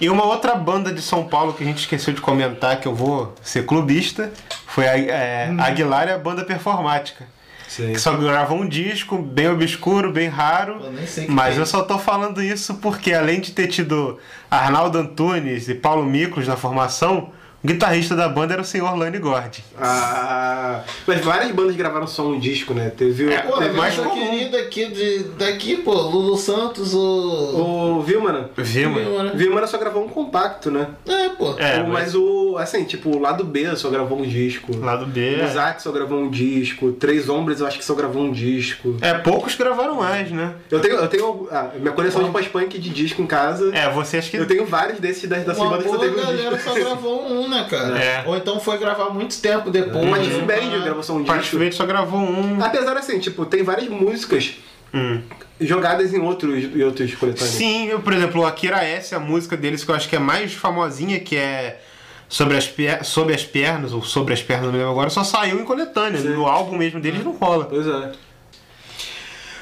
E uma outra banda de São Paulo que a gente esqueceu de comentar, que eu vou ser clubista, foi a é, Uhum. Aguilar e a banda performática. Sim. Que só gravou um disco bem obscuro, bem raro. Eu nem sei que é. mas tem. eu só tô falando isso porque, além de ter tido Arnaldo Antunes e Paulo Micos na formação, o guitarrista da banda era o senhor Lani Gord. Ah, mas várias bandas gravaram só um disco, né? Teve, o- Pô, é teve mais É, mais comum. querido aqui de, daqui, pô, Lulu Santos, o. o Vilmana. Viu, mano? né? Vilmana só gravou um compacto, né? É, pô. É, O- mas... o. Assim, tipo, o lado B só gravou um disco. Lado B. é. O Zack só gravou um disco. Três Hombres eu acho que só gravou um disco. É, poucos gravaram mais, né? Eu tenho. Eu tenho ah, minha coleção de pós-punk de disco em casa. É, vocês que. Eu tenho vários desses da, Uma da semana que só boa teve um galera disco. só gravou um, né, cara? É. Ou então foi gravar muito tempo depois. [LAUGHS] Uma né? Tiff Band gravou só um disco. Praticamente só gravou um. Apesar assim, tipo, tem várias músicas Hum. jogadas em outros, em outros coletâneos. Sim, eu, por exemplo, o Akira S, a música deles que eu acho que é mais famosinha, que é Sobre as, per... Sobre as Pernas, ou Sobre as Pernas, não me lembro agora, só saiu em coletânea. No álbum mesmo deles não rola. Pois é.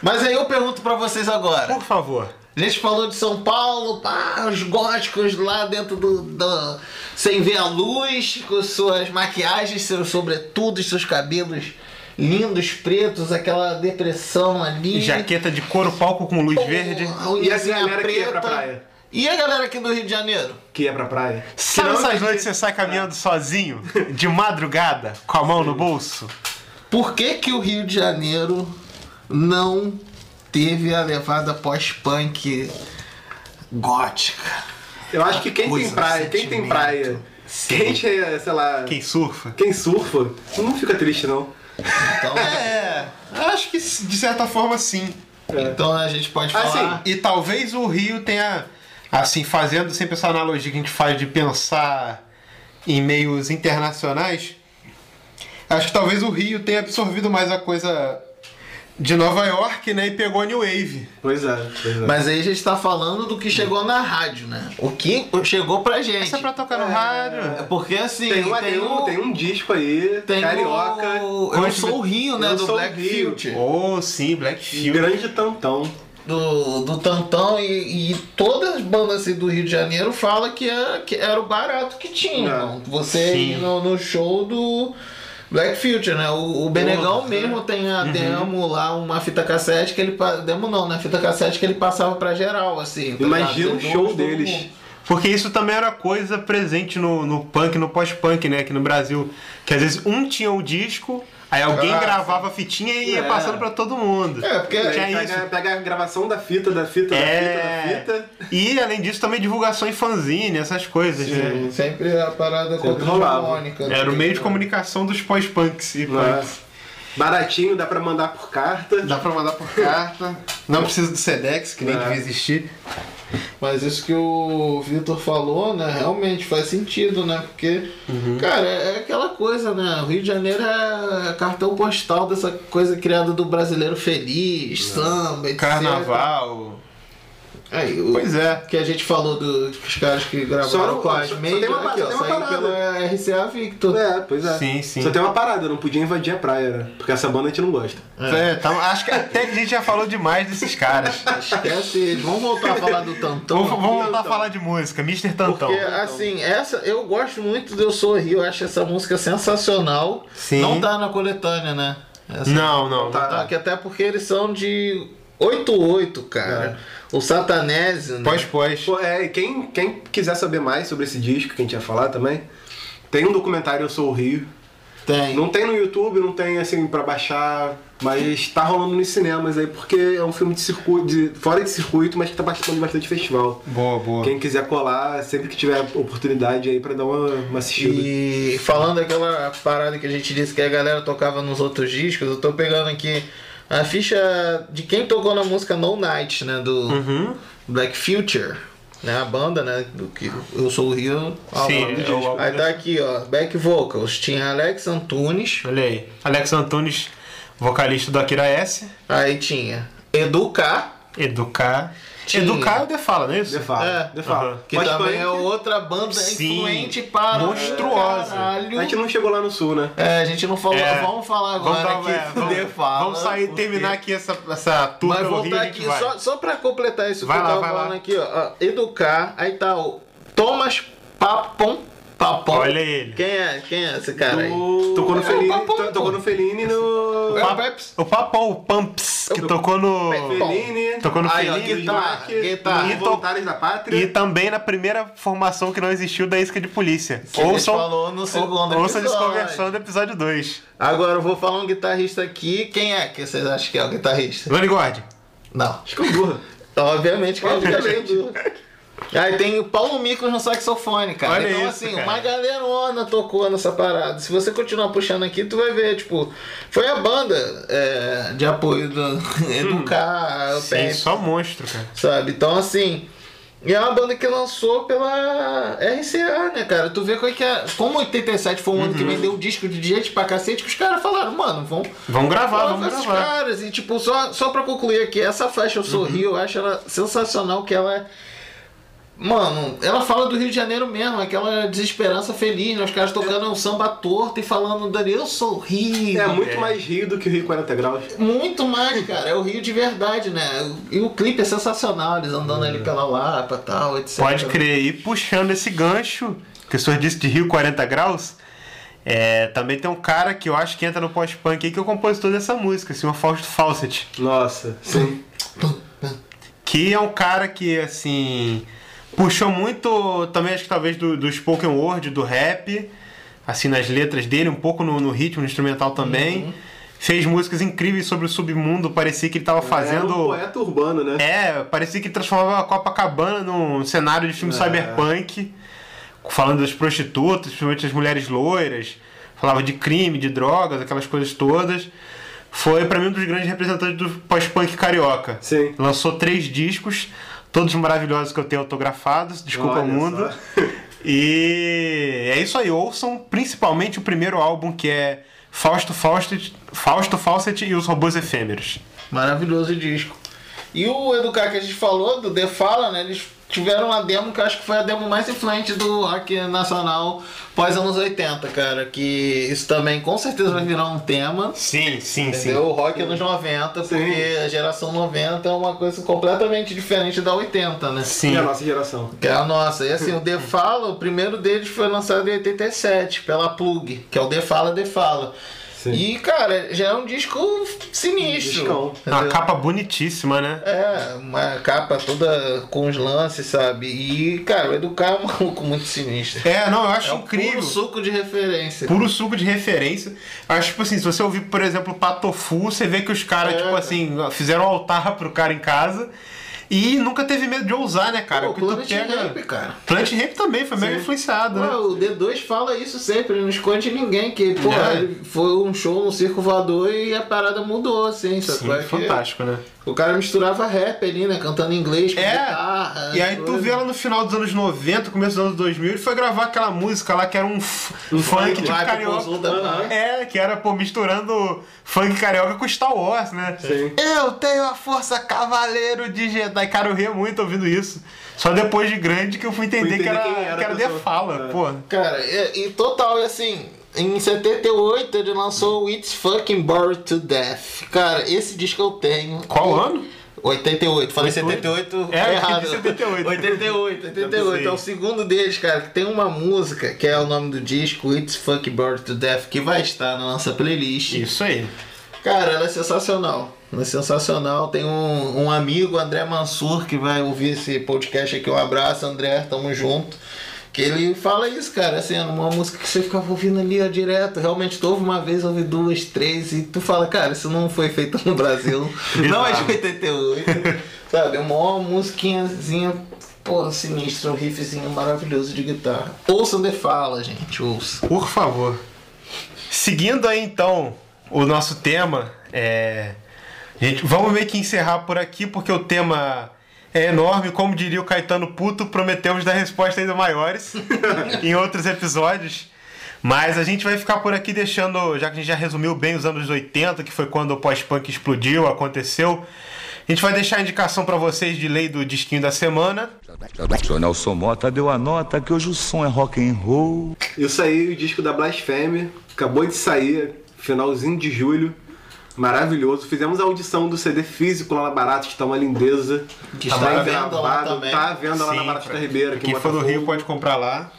Mas aí eu pergunto pra vocês agora. Por favor. A gente falou de São Paulo, pá, os góticos lá dentro do, do- sem ver a luz, com suas maquiagens, seus sobretudos, seus cabelos lindos, pretos, aquela depressão ali. Jaqueta de couro palco com luz verde. E E a a galera galera que preta. ia pra praia? E a galera aqui do Rio de Janeiro? Que ia pra praia. Sabe essas noites que você sai caminhando sozinho, de madrugada, com a mão no bolso? Por que, que o Rio de Janeiro não teve a levada pós-punk gótica? Eu acho que quem Coisa, tem praia, quem sentimento. tem praia, quem é, sei lá, Quem surfa? quem surfa, não fica triste não. [LAUGHS] Então, É, acho que de certa forma sim. então a gente pode Ah, falar. sim. E talvez o Rio tenha, assim, fazendo sempre essa analogia que a gente faz de pensar em meios internacionais, acho que talvez o Rio tenha absorvido mais a coisa de Nova York, né, e pegou a New Wave. Pois é, pois é. Mas aí a gente tá falando do que chegou na rádio, né? O que chegou pra gente. Isso é pra tocar no rádio. Porque assim, tem, uma- tem tem um, o- tem um disco aí, tem carioca, o- Eu sou o Rio, né? Eu do Sou o Black Rio. Future. Oh, sim, Blackfield. grande tantão. do, do Tantão e, e todas as bandas assim, do Rio de Janeiro falam que era, que era o barato que tinha. É. irmão. Você ir no, no show do Black Future, né? O, o Benegão mesmo tem Uhum. a demo lá, uma fita cassete que ele. pa- Demo não, né? Fita cassete que ele passava pra geral, assim. tá Imagina ligado? o Você show não- deles. Porque isso também era coisa presente no, no punk, no pós-punk, né, aqui no Brasil. Que às vezes um tinha o disco, aí alguém Ah, gravava a fitinha e ia É. passando pra todo mundo. É, porque Aí tinha isso. pega, pega a gravação da fita, da fita, da É. fita, da fita. E além disso, também divulgação em fanzine, essas coisas, né? Sempre a parada Sempre contra rolava. harmônica. né? Era o meio de comunicação dos pós-punks. e punks. Nossa. Baratinho, dá pra mandar por carta. Dá pra mandar por carta. Não precisa do Sedex, É. que nem devia existir. Mas isso que o Vitor falou, né, realmente faz sentido, né? Porque, Uhum. cara, é é aquela coisa, né? O Rio de Janeiro é cartão postal dessa coisa criada do brasileiro feliz, É. samba, etc. Carnaval. Aí, o Pois é. que a gente falou do- dos caras que gravaram Só no- com as só- só meias, tem uma- aqui, só ó, tem uma saiu parada. pela RCA Victor. É, pois é. Sim, sim. Só tem uma parada, não podia invadir a praia, né? Porque essa banda a gente não gosta. É, tá- acho que até que a gente já falou demais [LAUGHS] desses caras. Esquece eles. Vamos voltar a falar do Tantão. Então, Vamos, vamos voltar a falar de música, Mr. Tantão. Porque, assim, essa eu gosto muito do Eu Sou Rio, eu acho essa música sensacional. Sim. Não tá na coletânea, né? Essa- Não, não. Tá, tá, que até porque eles são de 88, cara. É. O Satanese, né? Pós-pós. Pô, é, e quem, quem quiser saber mais sobre esse disco que a gente ia falar também, tem um documentário Eu Sou o Rio. Tem. Não tem no YouTube, não tem assim pra baixar, mas tá rolando nos cinemas aí porque é um filme de circuito, de- fora de circuito, mas que tá participando de bastante festival. Boa, boa. Quem quiser colar, sempre que tiver oportunidade aí pra dar uma, uma assistida. E falando aquela parada que a gente disse que a galera tocava nos outros discos, eu tô pegando aqui a ficha de quem tocou na música No Night, né? Do Uhum. Black Future. Né, a banda, né? Do que Eu Sou o Rio. a Sim, banda é o diz. álbum Aí tá aqui, ó. Back Vocals. Tinha Alex Antunes. Olha aí. Alex Antunes, vocalista do Akira S. Aí tinha Educar. Educar. Tinha. Educar é o Defala, não é isso? É. Defala. Que Pós-punk- também é outra banda Sim. influente para Monstruosa. caralho. A gente não chegou lá no sul, né? É, a gente não falou. É. Vamos falar Vamos, agora dar uma- que é, vamos- fuder fala. vamos sair e porque- terminar aqui essa, essa tour Mas pelo Rio. voltar a gente aqui, vai. só, só pra completar isso Vai que lá, eu tava vai lá. falando aqui, ó. ó, Educar, aí tá o Thomas Papon. Papon. Olha ele. Quem é, quem é esse cara aí? Tocou no É, Felini, o Papão, to- tocou pô. no Felini no... É o Pa- Peps. O Papão, o Pumps, que tocou no. Pepe. Felini, Tocou no Aí, ó, Felini. guitarra, Smack, guitarra. no Voluntários da E Pátria. também na primeira formação que não existiu da isca de polícia. Que a gente falou no segundo ouça a episódio. desconversão do episódio 2. Agora eu vou falar um guitarrista aqui. Quem é que vocês acham que é o guitarrista? Lani Gord. Não. Escandurra. Obviamente que é o Obviamente. guitarrista. Aí tem o Paulo Micros no saxofone, cara. Olha então, isso, assim, cara. uma galerona tocou nessa parada. Se você continuar puxando aqui, tu vai ver, tipo, foi a banda é, de apoio do [LAUGHS] Educar, o Hum. Sim, Pep, só monstro, cara. sabe? Então, assim, e é uma banda que lançou pela RCA, né, cara? Tu vê como é que é. Como 87 foi um ano que Uhum. vendeu disco de gente pra cacete, que os caras falaram, mano, vamos Vamos gravar, Fala com vamos esses gravar. caras. E, tipo, só, só pra concluir aqui, essa faixa Eu Sorri, eu acho ela sensacional, que ela é... Mano, ela fala do Rio de Janeiro mesmo, aquela desesperança feliz, né? Os caras tocando um samba torto e falando, Dani, eu sou o Rio. É muito mais Rio do que Rio 40 Graus. Muito mais, cara. É o Rio de verdade, né? E o clipe é sensacional, eles andando ali pela Lapa e tal, etc. Pode crer. E puxando esse gancho, que o senhor disse de Rio 40 Graus, é, também tem um cara que eu acho que entra no pós-punk aí, que é o compositor dessa música, o senhor Fausto Fawcett. Nossa, sim. Que é um cara que, assim, puxou muito, também acho que talvez do, do spoken word, do rap, assim, nas letras dele, um pouco no, no ritmo, no instrumental também. Uhum. Fez músicas incríveis sobre o submundo, parecia que ele tava Era um fazendo... poeta urbano, né? É, parecia que transformava a Copacabana num cenário de É. filme cyberpunk, falando das prostitutas, principalmente das mulheres loiras, falava de crime, de drogas, aquelas coisas todas. Foi pra mim um dos grandes representantes do pós-punk carioca. Sim. Lançou três discos, todos maravilhosos que eu tenho autografados, desculpa Olha o mundo. só. [LAUGHS] E é isso aí, ouçam principalmente o primeiro álbum que é Fausto Fawcett, Fausto Fawcett e os Robôs Efêmeros. Maravilhoso disco. E o Educar que a gente falou, do The Fala, né? Eles tiveram uma demo que eu acho que foi a demo mais influente do rock nacional pós anos 80, cara. Que isso também com certeza vai virar um tema. Sim, sim, sim. Entendeu? O rock anos 90, porque a geração 90 é uma coisa completamente diferente da 80, né? Sim. E a nossa geração. Que é a nossa. E assim, o The Fala, o primeiro deles foi lançado em 87 pela Plug, que é o The Fala, The Fala. Sim. E, cara, já é um disco sinistro. Discão. Uma entendeu? capa bonitíssima, né? É, uma capa toda com os lances, sabe? E, cara, o Educar é um maluco muito sinistro. É, não, eu acho É um incrível. puro Puro suco. suco de referência. de referência. Eu Acho, tipo assim, se você ouvir, por exemplo, Patofu, você vê que os caras, É, tipo cara. assim, fizeram um altar pro cara em casa. E nunca teve medo de ousar, né, cara? Pô, Porque tu Planet pega. Ramp, cara. Planet Ramp também foi meio influenciado, Ué, né? o D2 fala isso sempre, ele não esconde ninguém, que, pô, É. ele foi um show no Circo Voador e a parada mudou, assim, sabe? Sim, Qual é que- fantástico, né? O cara misturava rap ali, né? Cantando inglês com É, guitarra. e aí tu Ah, coisa. vê ela no final dos anos 90, começo dos anos 2000, ele foi gravar aquela música lá que era um, f- funk tipo Vai pro carioca. consulta, vai. É, que era, pô, misturando funk carioca com Star Wars, né? Sim. Eu tenho a força cavaleiro de Jedi. Cara, eu ria muito ouvindo isso. Só depois de grande que eu fui entender, entender que era, quem era a que era The pessoa. Fala, É. pô. Cara, e, e total, e assim, em 78 ele lançou o It's Fucking Bored to Death. Cara, esse disco eu tenho. Qual E- ano? 88, falei 78, É, eu errado. entendi 78. 88, 88. É o segundo deles, cara, que tem uma música que é o nome do disco, It's Fuck Bored to Death, que vai estar na nossa playlist. Isso aí. Cara, ela é sensacional. Ela é sensacional. Tem um, um amigo, André Mansur, que vai ouvir esse podcast aqui. Um abraço, André. Tamo junto. Que ele fala isso, cara. Assim, é uma música que você ficava ouvindo ali ó, direto. Realmente, tu ouve uma vez, ouve duas, três. E tu fala, cara, isso não foi feito no Brasil. não é de 88. Sabe? É uma musiquinhazinha, pô, sinistra. Um riffzinho maravilhoso de guitarra. Ouçam The Fala, gente. Ouça. Por favor. Seguindo aí então o nosso tema, é, Gente, vamos meio que encerrar por aqui, porque o tema é enorme. Como diria o Caetano Puto, prometemos dar respostas ainda maiores em outros episódios. Mas a gente vai ficar por aqui deixando, já que a gente já resumiu bem os anos 80, que foi quando o pós-punk explodiu, aconteceu. A gente vai deixar a indicação para vocês de lei do disquinho da semana. Seu Nelson Mota deu a nota que hoje o som é rock and roll. Isso aí, o disco da Blasfêmia. Acabou de sair, finalzinho de julho. Maravilhoso. Fizemos a audição do CD físico lá na Barata, que tá uma lindeza. Que Tá está bem à venda lá gravado, também. Tá à venda lá na Sim, Barata da pra- Ribeira. aqui em Quem for do Botafogo. Rio pode comprar lá.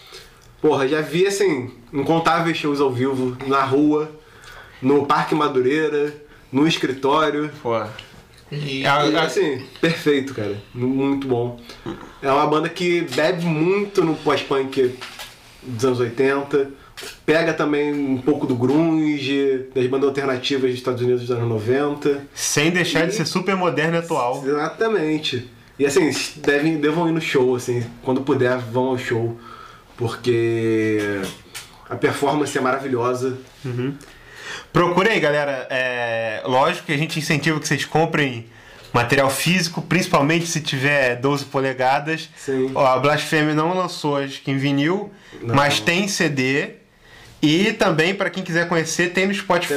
Porra, já vi assim, incontáveis shows ao vivo, na rua, no Parque Madureira, no escritório. Pô. E, E- assim, perfeito, cara. Muito bom. É uma banda que bebe muito no pós-punk dos anos 80. Pega também um pouco do grunge, das bandas alternativas dos Estados Unidos dos anos 90. Sem deixar de ser super moderno e atual. Exatamente. E assim, devem, devam ir no show, assim, quando puder, vão ao show. Porque a performance é maravilhosa. Procure aí, galera. É, lógico que a gente incentiva que vocês comprem material físico, principalmente se tiver 12 polegadas. Ó, a Blasfêmia não lançou acho que em vinil, mas tem em CD. E também, para quem quiser conhecer, tem no Spotify.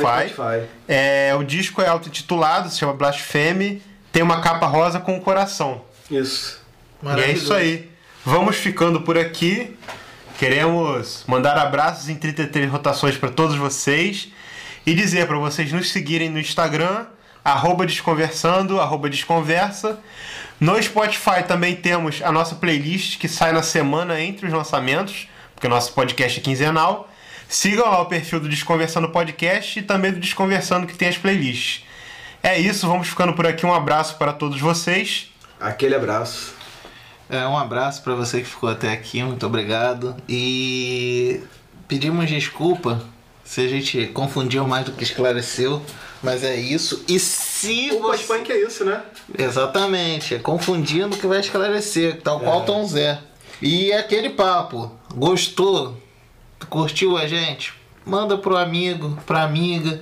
É, o disco é autotitulado, se chama Blasfêmia. Tem uma capa rosa com o coração. Isso. E é isso aí. Vamos ficando por aqui. Queremos mandar abraços em 33 rotações para todos vocês e dizer para vocês nos seguirem no Instagram, arroba desconversando, arroba desconversa. No Spotify também temos a nossa playlist que sai na semana entre os lançamentos, porque nosso podcast é quinzenal. Sigam lá o perfil do Desconversando Podcast e também do Desconversando que tem as playlists. É isso, vamos ficando por aqui. Um abraço para todos vocês. Aquele abraço. É, um abraço pra você que ficou até aqui, muito obrigado. E pedimos desculpa se a gente confundiu mais do que esclareceu, mas é isso. E se O pós-punk é isso, né? Exatamente, é confundindo que vai esclarecer, tal É. qual Tom Zé. E é aquele papo, gostou? Curtiu a gente? Manda pro amigo, pra amiga,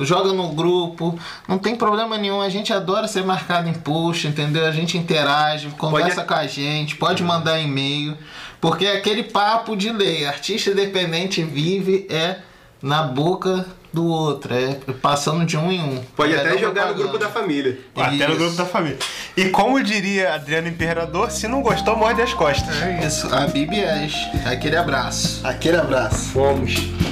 joga no grupo, não tem problema nenhum, a gente adora ser marcado em post, entendeu? A gente interage, conversa com a gente, É. pode mandar e-mail, porque é aquele papo de lei, artista independente vive é na boca do outro, é passando de um em um. Pode É até não jogar no grupo propaganda. da família. Até no grupo da família. E como diria Adriano Imperador, se não gostou, morde as costas. É isso. A Bibi Ash. Aquele abraço. Aquele abraço. Fomos.